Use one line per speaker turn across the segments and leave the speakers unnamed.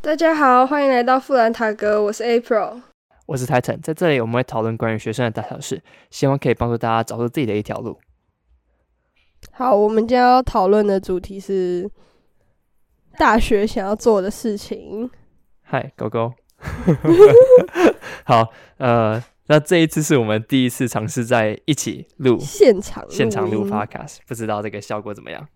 大家好，欢迎来到富兰塔格，我是 April。
我是 Titan，在这里我们会讨论关于学生的大小事，希望可以帮助大家找出自己的一条路。
好，我们今天要讨论的主题是大学想要做的事情。
嗨，狗狗。好，呃，那这一次是我们第一次尝试在一起录
现场录音
现场录 podcast，不知道这个效果怎么样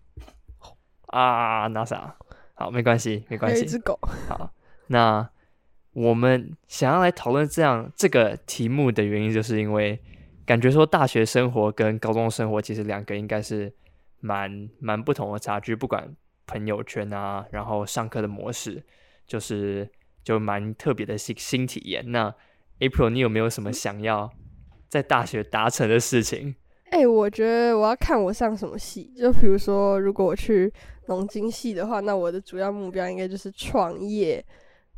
啊？那啥，好，没关系，没
还
关
有一
系。
只狗。
好，那我们想要来讨论这样这个题目的原因，就是因为感觉说大学生活跟高中生活其实两个应该是蛮蛮不同的差距，不管朋友圈啊，然后上课的模式，就是就蛮特别的新新体验。那 April，你有没有
嗯
什么想要在大学达成的事情？
哎、我觉得我要看我上什么系，就比如说，如果我去农经系的话，那我的主要目标应该就是创业。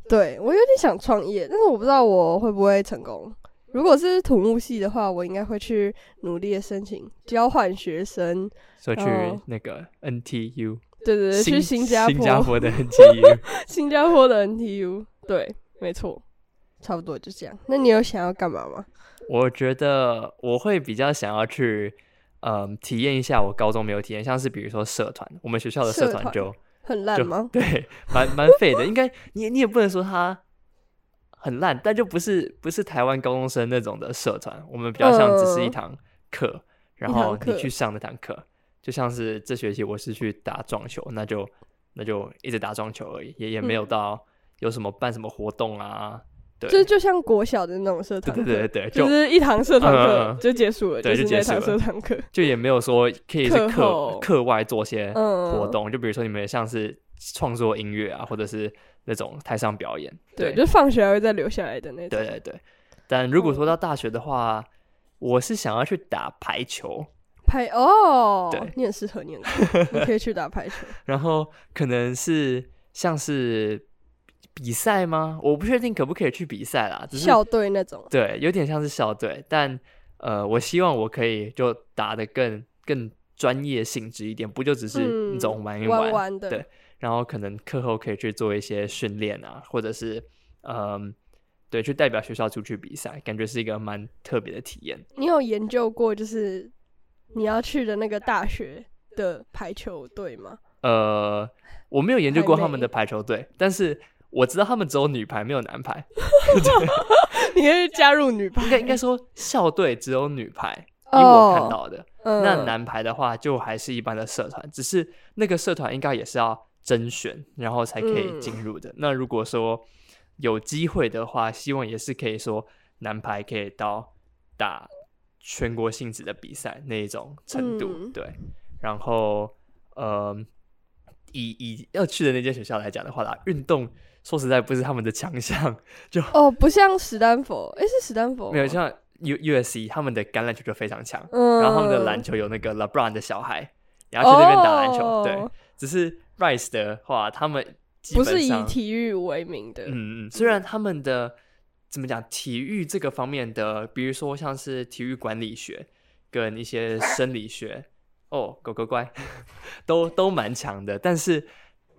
对我有点想创业，但是我不知道我会不会成功。如果是土木系的话，我应该会去努力的申请交换学生，
说去
哦
那个 NTU，、
对对对，去新
新
加坡，
新加坡 的 NTU。
新加坡的 NTU，对，没错，差不多就这样。那你有想要干嘛吗？
我觉得我会比较想要去，嗯，体验一下我高中没有体验，像是比如说社团，我们学校的
社
社团
团
就
很烂
就
吗？
对，蛮蛮废的。应该你你也不能说它很烂，但就不是不是台湾高中生那种的社团，我们比较像只是一
嗯
堂课，然
一堂
后你
课
去上那堂课，就像是这学期我是去打撞球，那就那就一直打撞球而已，也也没有
嗯
到有什么办什么活动啊，对
就就像国小的那种社
对
团课，
对对对，就
就是一堂社团
嗯嗯
课
嗯
就结束了，
对
是
就结
那
束
堂
了
社团课，
就也没有说可以
课
是课
后
课外做些
嗯，
活动，就比如说你们像是创作音乐啊，或者是那种台上表演。
嗯对，
对
就放学还会再留下来的那种。
对对对但如果
嗯
说到大学的话，我是想要去打排球，
排哦
对，
你很适合，你很酷你可以去打排球。
然后可能是像是比赛吗？我不确定可不可以去比赛啦， 只是
校队那种，
对，有点像是校队，但呃，我希望我可以就打得更更专业性质一点，不就只是那
嗯
种玩一
弯弯的，
对然后可能课后可以去做一些训练啊，或者是嗯，对，去代表学校出去比赛，感觉是一个蛮特别的体验。
你有研究过就是你要去的那个大学的排球队 吗？
呃，我没有研究
还
过他们
没
的排球队，但是我知道他们只有女排，没有男排。
你可以加入女排，
应该应该说校队只有女排，
哦
因为我看到的。
嗯
那男排的话，就还是一般的社团，只是那个社团应该也是要甄选，然后才可以
嗯
进入的。那如果说有机会的话，希望也是可以说男排可以到打全国性质的比赛那一种程度，
嗯
对。然后，呃，以以要去的那间学校来讲的话啦，运动说实在不是他们的强项，
哦，不像史丹佛，诶，是史丹佛吗，
没有像 U U S C 他们的橄榄球就非常强，
嗯，
然后他们的篮球有那个 LeBron 的小孩，然后去那边打篮球。对
哦，
只是 Rice 的话，他们基
不
本
是以
上，
体育为名的，
嗯嗯，虽然他们的怎么讲，体育这个方面的，比如说像是体育管理学跟一些生理学，哦，狗狗乖， 都都蛮强的，但是。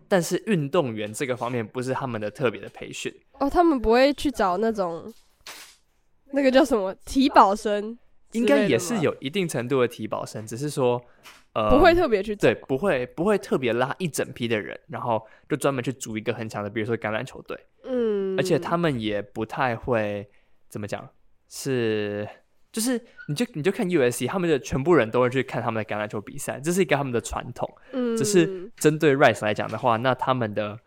但是运动员这个方面不是他们的特别的培训，
哦，他们不会去找那种那个叫什么体保生之类的吗，
应该也是有一定程度的体保生，只是说，呃，
不会特别去找
对，不会不会特别拉一整批的人，然后就专门去组一个很强的，比如说橄榄球队，
嗯，
而且他们也不太会怎么讲，是就是你就你就看 USC，他们的全部人都会去看他们的橄榄球比赛，这是一个他们的传统。
嗯
只是针对 Rice 来讲的话，那他们的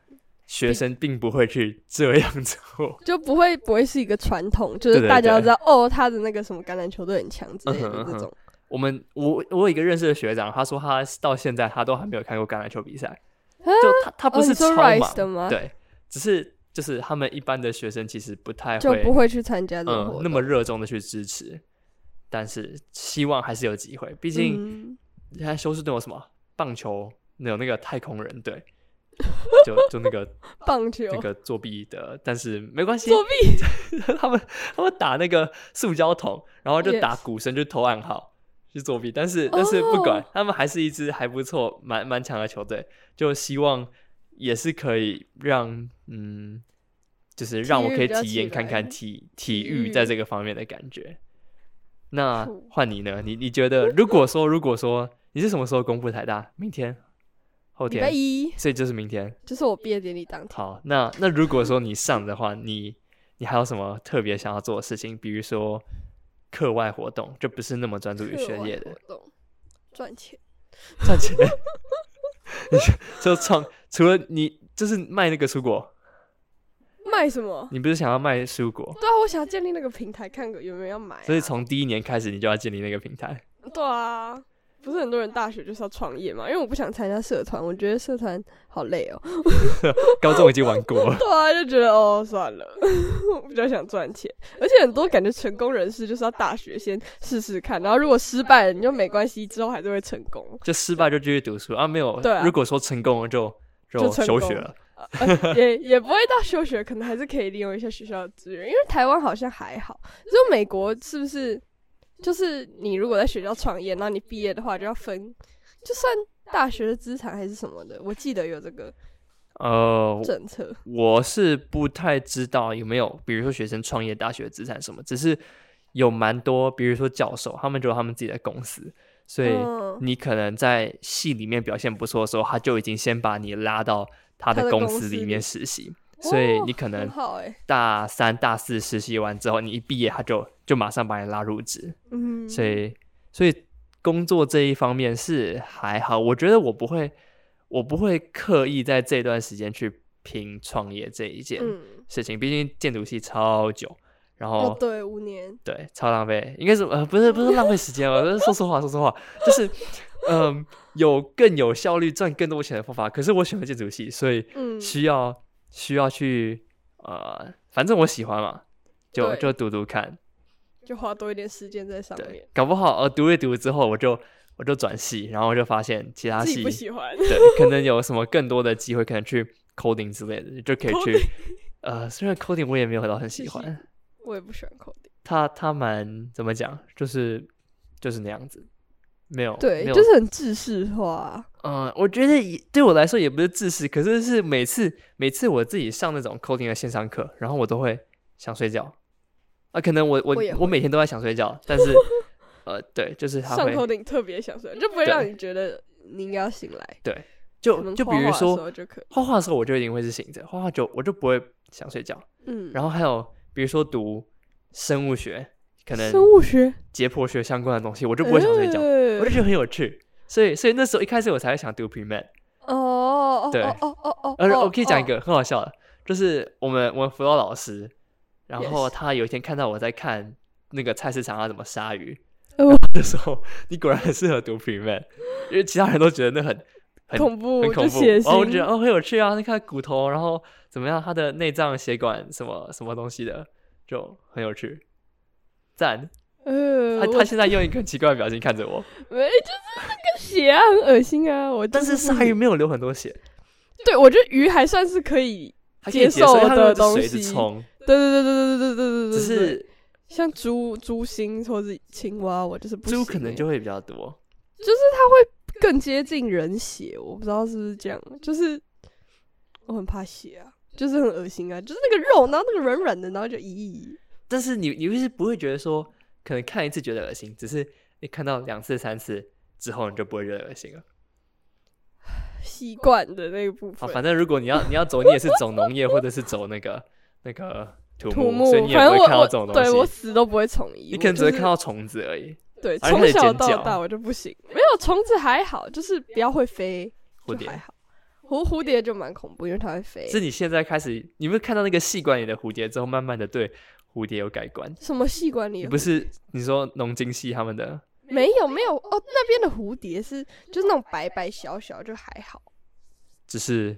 学生并不会去这样做，
就不会不会是一个传统，就
对
是
对
大家都
对
知道哦，他的那个什么橄榄球队很强之类
嗯
的
哼嗯哼
这种。
我们我我有一个认识的学长，他说他到现在他都还没有看过橄榄球比赛，就他他不
哦，
是
你
超
说
忙、
Rice 的吗？，
对，只是就是他们一般的学生其实不太
就
会
不会去参加这种活
嗯
动。
那么热衷的去支持，但是希望还是有机会，毕竟
嗯
人家休斯顿有什么棒球，有那个太空 人队。就就那个
棒球
那个作弊的，但是没关系，
作弊，
他们他们打那个塑胶桶，然后就
Yes
打鼓声，就投暗号去作弊，但是但是不管
哦
他们还是一支还不错、蛮蛮强的球队，就希望也是可以让嗯，就是让我可以体验看看体体育在这个方面的感觉。那
酷
换你呢？你你觉得，如果说如果说你是什么时候公布台大？明天、后
礼拜
天，
一
所以就是明天。
就是我毕业典礼当天。
好，那那如果说你上的话，你你还有什么特别想要做的事情？比如说课外活动，就不是那么专注于
课
学
外
业
活
的
动赚钱，
赚钱。 你就创除了你就是卖那个蔬果，
卖什么？
你不是想要卖蔬果，
对啊，我想要建立那个平台，看有没有人要买啊、
所以从第一年开始你就要建立那个平台。
对啊，不是很多人大学就是要创业嘛？因为我不想参加社团，我觉得社团好累哦。
高中已经玩过了，
对啊，就觉得哦算了， 我比较想赚钱，而且很多感觉成功人士就是要大学先试试看，然后如果失败了你就没关系，之后还是会成功。
就失败就继续读书啊，没有。
对啊
如果说成功了就
就
就
成
休
功
学了，
也也不会到休学，可能还是可以利用一下学校的资源，因为台湾好像还好，就美国是不是？就是你如果在学校创业，那你毕业的话就要分，就算大学的资产还是什么的，我记得有这个
呃，
政策。
我是不太知道有没有，比如说学生创业、大学资产什么，只是有蛮多，比如说教授，他们就有他们自己的公司，所以
嗯，
你可能在系里面表现不错的时候，他就已经先把你拉到他
他
的
的
公
公
司
司
里
里
面实习，所以
哦
你可
很
能
好哎、
大三、大四实习完之后，你一毕业他就就马上把你拉入职，
嗯，
所以所以工作这一方面是还好，我觉得我不会，我不会刻意在这段时间去拼创业这一件
嗯，
事情，毕竟建筑系超久，然后、
哦对，五年，
对超浪费，应该是呃不是不是浪费时间哦， 就是说实话说实话，就是嗯、有更有效率赚更多钱的方法，可是我选了建筑系，所以
嗯，
需要需要去呃，反正我喜欢嘛，就
对
就读读看，
就花多一点时间在上
对
面，，
搞不好呃读一读之后，我就我就转系，然后我就发现其他
自
系
己不喜 欢，
对可能有什么更多的机会，可能去 coding 之类的，就可以去。呃，虽然 coding 我也没有到很喜
是
欢，
我也不喜欢口笛，
它它蛮怎么讲，就是就是那样子，没有
对，
没有
就是很制式化，
嗯，我觉得也对我来说也不是自私，可是是每次每次我自己上那种 coding 的线上课，然后我都会想睡觉。啊，可能我我
我也
我每天都在想睡觉，但是呃，对，就是它
上
会
头顶特别想睡，就不会
对
让你觉得你应该要醒来，可
就
能
就比
画
如
画的时
说
候就可以，
画画的时候，我就一定会是醒着，画画就我就不会想睡觉。
嗯，
然后还有比如说读生物学，可能
生物学
解剖学相关的东西，我就不会想睡觉，我就
呃
觉得很有趣。所以所以那时候一开始我才会想读 pre med。
哦，哦
对
哦哦哦哦，
呃，
哦
我可以讲一，个很好笑的，就是我们我们辅导老师，然后
Yes
他有一天看到我在看那个菜市场要啊怎么杀鱼，
哦
然后就说 你果然很适合读 pre med，因为其他人都觉得那很
哦
很
恐怖，
很恐
就
怖，
血
然后我觉得
腥，
哦很有趣啊，那看骨头，然后怎么样，它的内脏、血管什么什么东西的，就很有趣。赞，
呃，
他
我
他现在用一个很奇怪的表情看 着我，
没就是那个血啊，很恶心啊，我
但
就是
鲨鱼没有流很多血，
不，对我觉得鱼还算是可以，
它可以
接
接受，因为
受
它
的
用着
东
水一直
西
冲，
对对对对对对对对对，
只
对
是
像猪、猪心或是青蛙，我就是不
猪
行
可能
欸
就会比较多。
更接近人血，我不知道是不是这样，就是我很怕血啊，就是很恶心啊，就是那个肉，然后那个软软的，然后就咦，
但是你你就是不会觉得说，可能看一次觉得恶心，只是你看到两次、三次之后，你就不会觉得恶心了。
习惯的那个部
好，
分。
反正如果你要你要走，你也是走农业或者是走那个那个土木，
土木
所以你，也
反
不
正
会
我
看到这种
我对我
东西。
死都不会虫蚁，
你可能只
我
会
就
看
是
到虫子而已，
对，
而且开
从
始
小
尖
到
叫
大我就不行，没有虫子还好，就是不要会飞，
蝴
就还
蝶。
好。蝴蝴蝶就蛮恐怖，因为它会飞。
是你现在开始，你会看到那个细管里的蝴蝶之后，慢慢的对蝴蝶有改观。
什么系管理
你
有？
不是你说农经系他们的，
没有没有哦，那边的蝴蝶是就是那种白白小小，就还好。
只是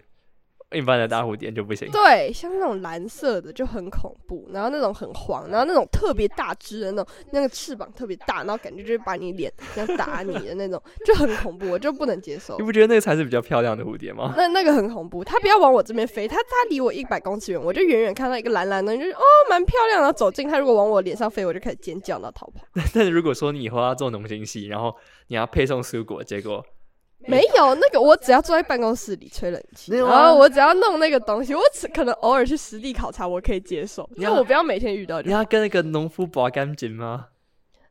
一般的大蝴蝶就不行。
对，像那种蓝色的就很恐怖，然后那种很黄，然后那种特别大只的那种，那个翅膀特别大，然后感觉就会把你脸这样打你的那种，就很恐怖，我就不能接受
你。不觉得那个才是比较漂亮的蝴蝶吗？
那那个很恐怖，它不要往我这边飞，它它离我一百公尺远，我就远远看到一个蓝蓝的，就是哦蛮漂亮，然后走近，它如果往我脸上飞，我就开始尖叫，然后逃跑。
但是如果说你以后要做农经系，然后你要配送蔬果，结果
没有那个，我只要坐在办公室里吹冷气，
没有
然
啊
后我只要弄那个东西，我只可能偶尔去实地考察，我可以接受，
你
因为
要
我不要每天遇到就
你
好。
要跟那个农夫拔干净吗？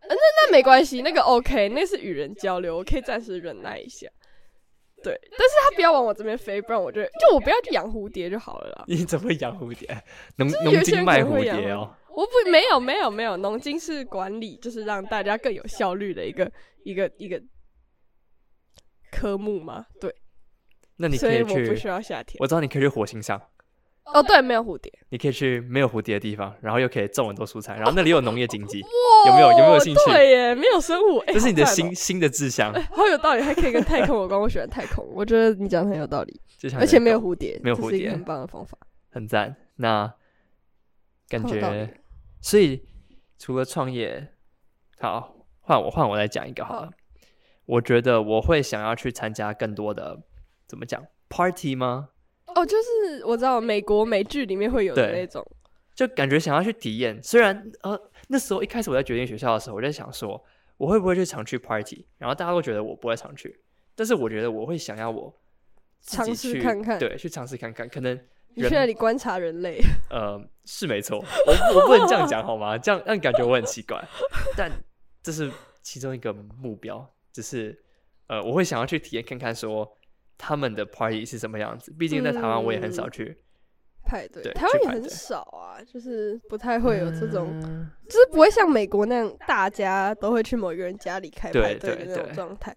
那没关系，那个 OK，那是与人交流，我可以暂时忍耐一下。对，但是他不要往我这边飞，不然我就就我不要去养蝴蝶就好了啦。
你怎么会养蝴蝶？农
是有
农
些
经
人
卖
可能
蝴
会养啊
蝶哦，
我不没有没有没有，农经是管理，就是让大家更有效率的一个一个一个科目嘛。对，
那你
所
可
以我不
去
需，要夏天。
我知道你可以去火星上，
哦，对，没有蝴蝶。
你可以去没有蝴蝶的地方，然后又可以种很多蔬菜，然后那里有农业经济，
哇
有没有有没有兴趣
哦对耶，没有生物，哎、
这是你的
好赞哦
新新的志向。
好有道理，还可以跟太空有关。我喜欢太空，我觉得你讲的很有道理，
就像
而且
那
没有
个
蝴蝶，
没有
这
蝴
是一个
蝶
很棒的方法。
很赞。那感
好有道理
觉，所以除了创业，好换我换我来讲一个好了。
好
我觉得我会想要去参加更多的怎么讲 party 吗？
哦，就是我知道美国美剧里面会有的
对
那种，
就感觉想要去体验。虽然呃那时候一开始我在决定学校的时候，我在想说我会不会去常去 party，然后大家都觉得我不会常去，但是我觉得我会想要我自己
尝试
去
看看
对，去尝试看看，可能
你去
人
那里观察人类，
呃，是没错，我我不能这样讲好吗？这样让感觉我很奇怪，但这是其中一个目标，只是呃，我会想要去体验看看说他们的 party 是什么样子。毕竟在台湾我也很少去，
嗯派对，
对
台湾
去
也
派
很
对
少啊，就是不太会有这种，
嗯
就是不会像美国那样大家都会去某一个人家里开
对
派对的
对
那
对
种状态。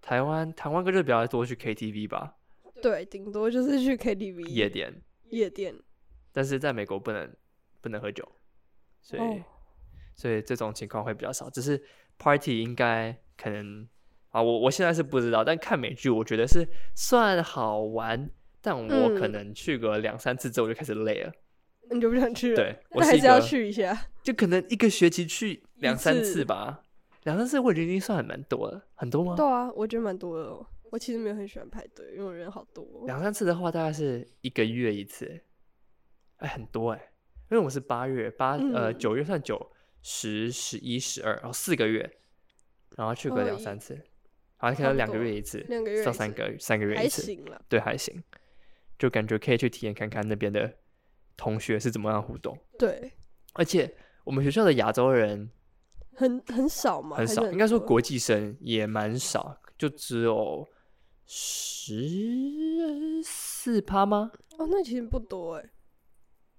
台湾台湾歌就比较多去 KTV 吧，
对，顶多就是去 KTV
夜店，
夜店。
但是在美国不能不能喝酒，所以、
哦
所以这种情况会比较少。只是 party 应该可能啊，我我现在是不知道，但看美剧我觉得是算好玩，但我可
嗯
能去个两三次之后我就开始累了，
你就不想去了，
对我
那
是
还
一
是要
个
去一下。
就可能一个学期去两三次
次
吧，两三次我觉得已经算很蛮多了，很多吗
对？啊，我觉得蛮多的哦。我其实没有很喜欢排队，因为我人好多哦。
两三次的话大概是一个月一次，哎，很多哎、因为我是八月八呃
嗯
九月算九十十一十二，然后四个月，然后去个
哦
两
一
三次，好像可
差
能
不
两个
多
月一次，
两个月
到
一
三
次
个三个月
还
一次，
行了，
对，还行，就感觉可以去体验看看那边的同学是怎么样互动。
对，
而且我们学校的亚洲人
很很少嘛，还
很
是
少，应该说
多
国际生也蛮少，就只有十四趴吗？
哦，那其实不多哎、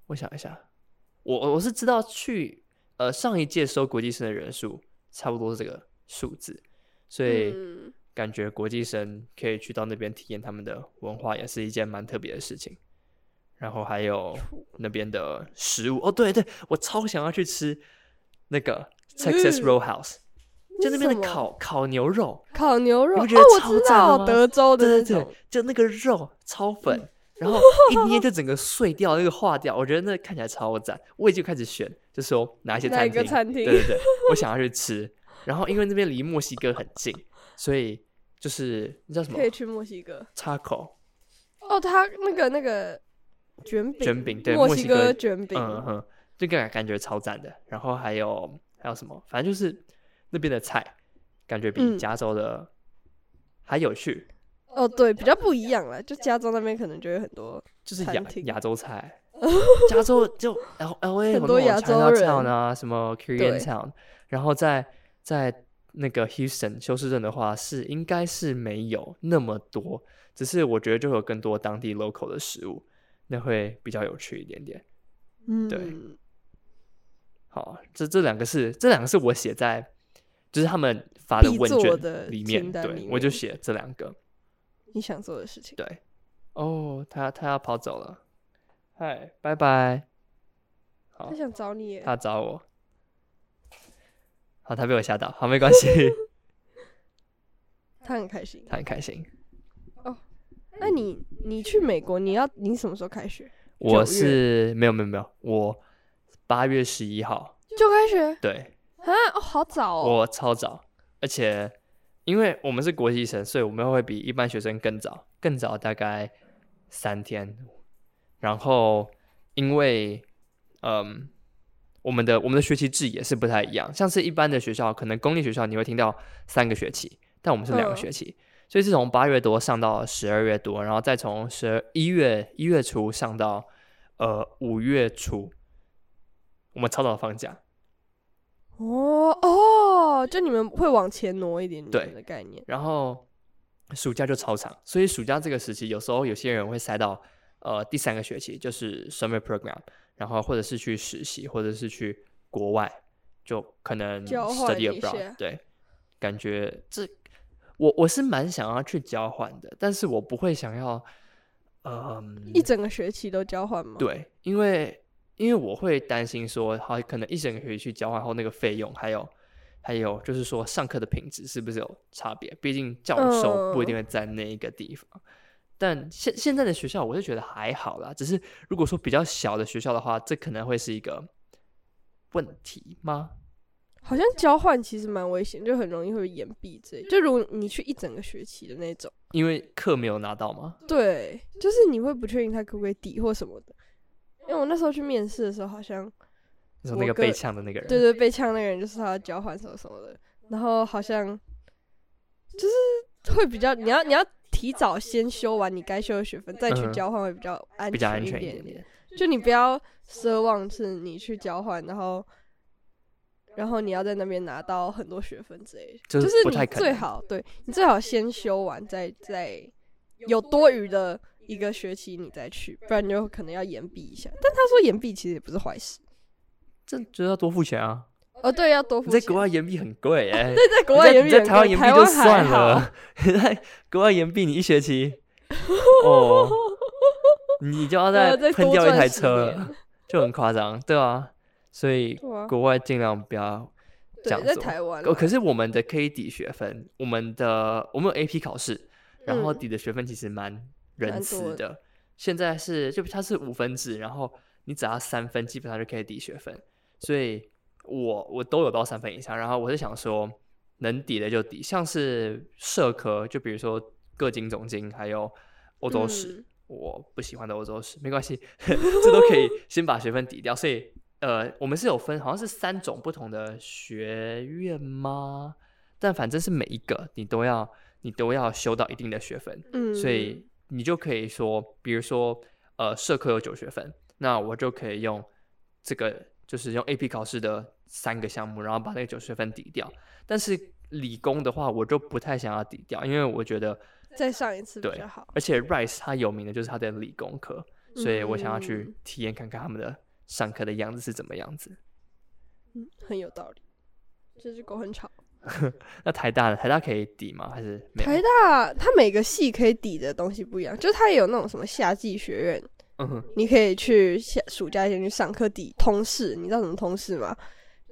我想一下，我我我是知道去呃上一届收国际生的人数差不多是这个数字，所以。
嗯，
感觉国际生可以去到那边体验他们的文化，也是一件蛮特别的事情。然后还有那边的食物，哦，对对，我超想要去吃那个 Texas
嗯
Roadhouse，、就那边
是
的
什么
烤烤牛肉，
烤牛肉，哦，
你不觉得
我
超
知
赞的
道
吗
德州的
对
那
对
种
对，，就那个肉超粉，
嗯
然后一捏就整个碎掉，那个化掉，我觉得那看起来超赞。我已经开始选，就说哪一些
哪
餐
一个
厅，
餐
对
厅
对对，我想要去吃。然后因为那边离墨西哥很近，所以就是那叫什么
可以去墨西哥。
叉口
哦，他那个那个卷饼，
卷饼，对，
墨
墨
西
哥
哥卷饼，
嗯哼，这个感觉超赞的。然后还有还有什么？反正就是那边的菜，感觉比
嗯
加州的还有趣，
哦，对，比较不一样啦，就加州那边可能就有很多，
就是
餐
亚
厅
亚 洲菜，加州就呃 L L A
很多亚洲人
town 啊，什么 Korean
对
town，然后在在那个 Houston 休斯顿的话是应该是没有那么多，只是我觉得就有更多当地 local 的食物，那会比较有趣一点点。
嗯，
对好，这这两个是这两个是我写在，就是他们发的
必
问
做的
卷里面，
清单
对
里
我就
面
写这两个。
你想做的事情，
对，哦，他他要跑走了，嗨，拜拜。好
他，想找你耶，
他找我，好，他被我吓到，好，没关系，
他很开心。
他很开心。
那你你去美国，你要你什么时候开学？
我
九月
是没有没有没有，我八月十一号，
就开学
对
啊？哦，好早哦。
我超早，而且因为我们是国际生，所以我们会比一般学生更早，更早大概三天。然后因为嗯，我们的我们的学期制也是不太一样，像是一般的学校，可能公立学校你会听到三个学期，但我们是两个
嗯
学期，所以是从八月多上到十二月多，然后再从十一月一月初上到呃五月初，我们超早放假。
哦哦，就你们会往前挪一点点的概念。
然后暑假就超长，所以暑假这个时期，有时候有些人会塞到呃第三个学期，就是 summer program，然后或者是去实习，或者是去国外，就可能
交换
study
一
abroad
些。
对，感觉这我我是蛮想要去交换的，但是我不会想要，嗯、
一整个学期都交换吗？，
对，因为因为我会担心说，好，可能一整个学期去交换后那个费用，还有还有就是说上课的品质是不是有差别？毕竟教授不一定
嗯
会在那一个地方。但现现在的学校，我是觉得还好啦。只是如果说比较小的学校的话，这可能会是一个问题吗？
好像交换其实蛮危险，就很容易会有延毕之类。就如果你去一整个学期的那种，
因为课没有拿到吗？
对，就是你会不确定他可不可以抵或什么的。因为我那时候去面试的时候，好像
你说
我
那个
个
被呛的那个人，
对对，被呛那个人就是他要交换什么什么的，然后好像就是会比较，你要你要提早先修完你该修的学分，再去
嗯
交换会比较安
比较安
全一
全一
点
点
点。
点。
就你不要奢望是你去交换，然后然后你要在那边拿到很多学分之类的，
就
就是是
不太
你
可
最
能
好对你最好先修完，再再有多余的一个学期你再去，不然你就可能要延毕一下。但他说延毕其实也不是坏事。
这就要多付钱啊！
哦，对，要多付
你
钱。
在国外延毕很 贵哎、
对，在国
你
外
在
延
你
毕
在
很贵，
台湾延毕就
还
算
好。
了，你在国外延毕你一 学期，哦，你就要
还
再
啊要再
喷
多
掉一
赚
台
10
车
年，
就很夸张，对啊，所以
对啊
国外尽量不要这样
对，在
做。
台湾啦。
哦，可是我们的可以抵学分，我们的我们有 AP 考试，然后
嗯
抵的学分其实蛮
蛮
仁
多
慈
的
的。现在是就它是五分制，然后你只要三分，基本上就可以抵学分。所以我我都有到三分以上，然后我是想说能抵的就抵，像是社科，就比如说各经总经还有欧洲史，
嗯
我不喜欢的欧洲史没关系， 这都可以先把学分抵掉。所以呃，我们是有分，好像是三种不同的学院吗？但反正是每一个你都要你都要修到一定的学分，
嗯，
所以你就可以说，比如说呃社科有九学分，那我就可以用这个就是用 AP 考试的三个项目，然后把那个九学分抵掉。但是理工的话，我就不太想要抵掉，因为我觉得
再上一次比
对
较好。
而且 Rice 它有名的就是它的理工科，所以我想要去
嗯
体验看看他们的上课的样子是怎么样子。
嗯，很有道理。这只狗很吵。
那台大呢？台大可以抵吗？还是没
台
有？
大它每个系可以抵的东西不一样，就是它也有那种什么夏季学院，
嗯哼，
你可以去夏暑假先去上课抵通识，你知道什么通识吗？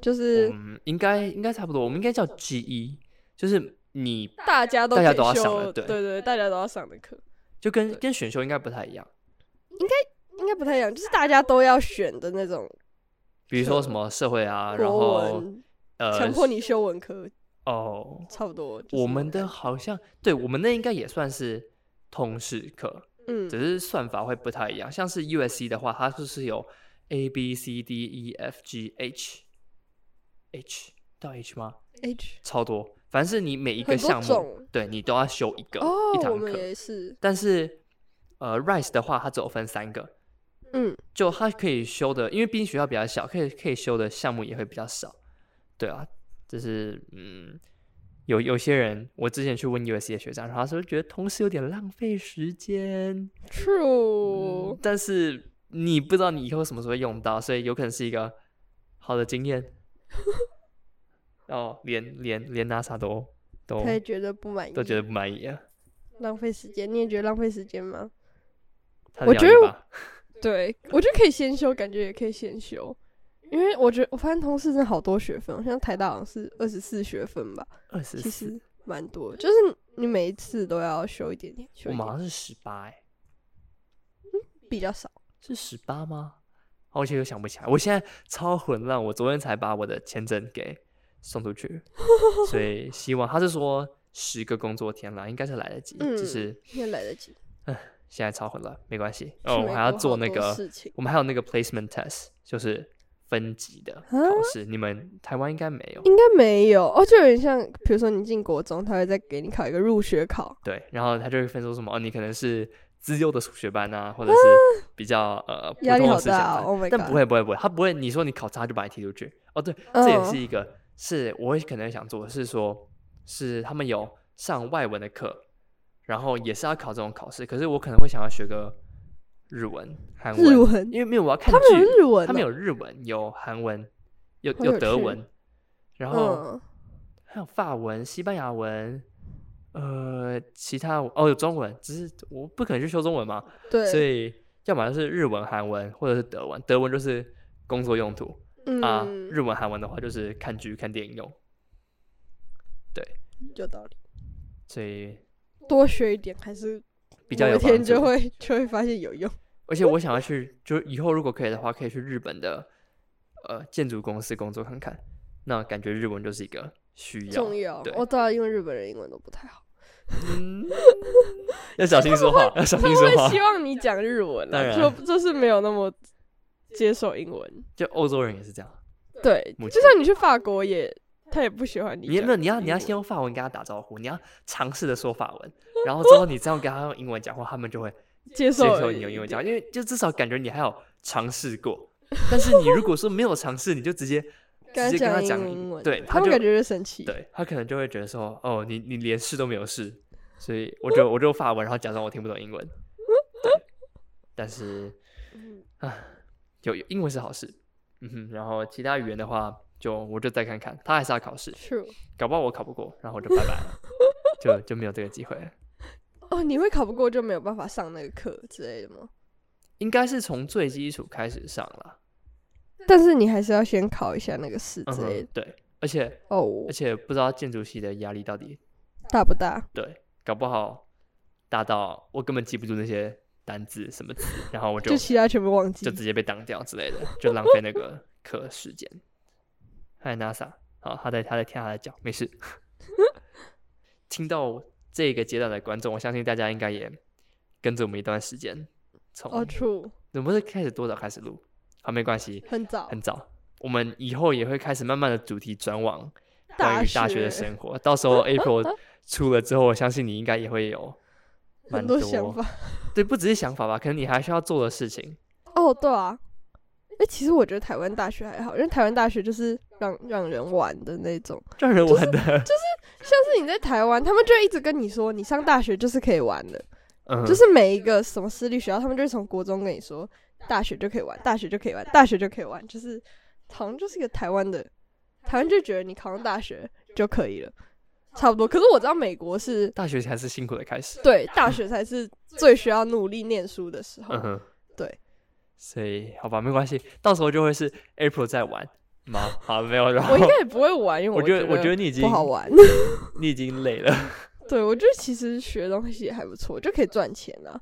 就是
嗯，应该应该差不多，我们应该叫 GE，就是你
大家都
大家
可以
都要
修
上的对
对对，大家都要上的课，
就跟
对
跟选修应该不太一样。
应该不太一样，就是大家都要选的那种
比如说什么社会啊，然
国
后
文，强
呃
迫你修文科，
哦，
差不多就是那种感觉。
我们的好像对我们那应该也算是通识课，
嗯
只是算法会不太一样。像是 USC 的话，它就是有 A B C D E F G H H 到 H 吗？
H
超多，反正是你每一个
很多
项目，
种
对你都要修一个、
哦
一，
我
堂
们
课。
也是，
但是呃，Rice 的话，它只有分三个，
嗯，
就他可以修的，因为毕竟学校比较小，可以可以修的项目也会比较少。对啊，就是嗯，有有些人，我之前去问 USC 的学长，然后他说觉得同时有点浪费时间，
True，、
嗯但是你不知道你以后什么时候会用到，所以有可能是一个好的经 验。哦，连连连 NASA 都都
他也觉得不满意，
嗯都觉得不满意啊，
浪费时间。你也觉得浪费时间吗？
他
我
的
觉
压力
得
吧
对，我觉得可以先修，感觉也可以先修，因为我觉得我发现通识真的好多学分，好像台大好像是二十四学分吧，
二十
其
四，
实蛮多，就是你每一次都要修一点点，修
我
一
们好
点
像是十八哎。
比较少。
是十八吗？哦我现在又想不起来，我现在超混乱。我昨天才把我的签证给送出去，所 以希望他是说十个工作天啦，应该是来得及。
嗯
只是
应该来得及。
现在超混乱，没关系。
去
哦，我
美
还要
国
做
好
那
多
个，
事情，
我们还有那个 placement test，就是分级的
嗯
考试，你们台湾应该没有。
啊应该没有哦，就有点像，比如说你进国中，他会再给你考一个入学考，
对，然后他就会分出什么哦，你可能是资优的数学班啊，或者是比较、呃普
嗯压力
通的
好
思想
大
班
哦。Oh my god！
但不会不会不会，他不会你说你考差就把你踢出去。哦，对，
嗯
这也是一个、是我可能想做的是说，是他们有上外文的课，然后也是要考这种考试，可是我可能会想要学个日文、韩文，
日文，
因为没有我要看
他们有
剧，
日文哦，
他们有日文、有韩文、有
好
有
有
德
趣
文，然后
嗯，
还有法文、西班牙文，呃，其他哦有中文，只是我不可能去修中文嘛，所
对，
以要么就是日文、韩文，或者是德文。德文就是工作用途啊、
嗯，
日文、韩文的话就是看剧、看电影用。
有道理，
所以
多学一点还是
比较
某
有
一天
帮
就
助
会就会发现有用。
而且我想要去，就是以后如果可以的话，可以去日本的呃建筑公司工作看看。那感觉日文就是一个需要，
重要
对。
我知道，因为日本人英文都不太好，
嗯 要小心说话，要小
他
心
们
说
会
话
希。望你讲日文
当
啊，
然
就就是没有那么接受英文。
就欧洲人也是这样，
对，
母
就算你去法国也，他也不喜欢你
你
讲。
没有，你要你要先用法文跟他打招呼，你要尝试的说法文，然后之后你再用跟他用英文讲话，他们就会
接
接
受
受你用英文讲，因为就至少感觉你还有尝试过。但是你如果说没有尝试，你就直接
跟
直接跟他
他
讲
讲英文，
对
他
就
们感觉就生气。
对他可能就会觉得说，哦，你你连试都没有试，所以我就我就法文，然后假装我听不懂英文。对，但是
嗯
啊，有有英文是好事，嗯哼，然后其他语言的话，就我就再看看，他还是要考试，
，True。
搞不好我考不过，然后我就拜拜了，就就没有这个机会了。
哦，你会考不过就没有办法上那个课之类的吗？
应该是从最基础开始上啦，
但是你还是要先考一下那个试
嗯
之类
哼
的，
对，而且
哦
而，且不知道建筑系的压力到底
大不大？
对，搞不好大到我根本记不住那些单字什么词，然后我就
就其他全部忘记
就。直接被挡掉之类的，就浪费 那个课时间。嗨，NASA，好，他在他在听他的脚，没事。 听到这个阶段的观众，我相信大家应该也跟着我们一段时间，从
哦，True，
我们是开始多早开始录？好，没关系，
很早，
很早。我们以后也会开始慢慢的主题转往关
大
于大学的生活。到时候 April 出了之后，我相信你应该也会有蛮
很多想法。
对，不只是想法吧，可能你还需要做的事 情。
哦，对啊，哎、其实我觉得台湾大学还好，因为台湾大学就是让让人玩的那种。
让人玩的，
像是你在台湾，他们就会一直跟你说，你上大学就是可以玩的，
嗯，
就是每一个什么私立学校，他们就会从国中跟你说，大学就可以玩，大学就可以玩，大学就可以玩，就是好像就是一个台湾的，台湾就觉得你考上大学就可以了，差不多。可是我知道美国是
大学才是辛苦的开始。
对大学才是最需要努力念书的时候
嗯，哼，
对。
所以好吧，没关系，到时候就会是 April 在玩 吗？好，没有，然后
我应该也不会玩，因为
我觉得，我觉
觉
得你已经
不好玩。
你已经累了，
对，我觉得其实学东西也还不错，就可以赚钱啊。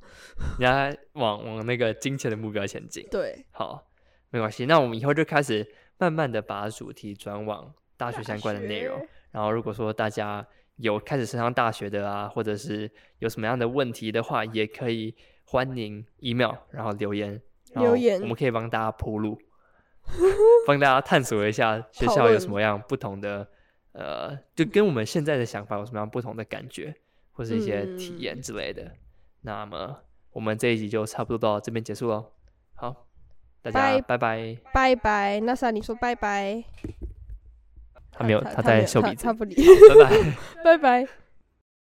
你要往往那个金钱的目标前进。
对，
好，没关系，那我们以后就开始慢慢的把主题转往大学相关的
大
内容
学。
然后如果说大家有开始升上大学的啊，或者是有什么样的问题的话，也可以欢迎 email，然后留言，然
留
后
言
我们可以帮大家 铺路，帮大家探索一下学
讨
校有
论
什么样不同的，呃，就跟我们现在的想法有什么样不同的感觉，或是一些体
嗯
验之类的。那么我们这一集就差不多到这边结束喽。好，大家
拜
拜拜。
拜拜。那啊啥，你说拜拜。
他没有，
他
在
没有
秀
呃他
鼻子
他。不理。
拜拜。
拜拜。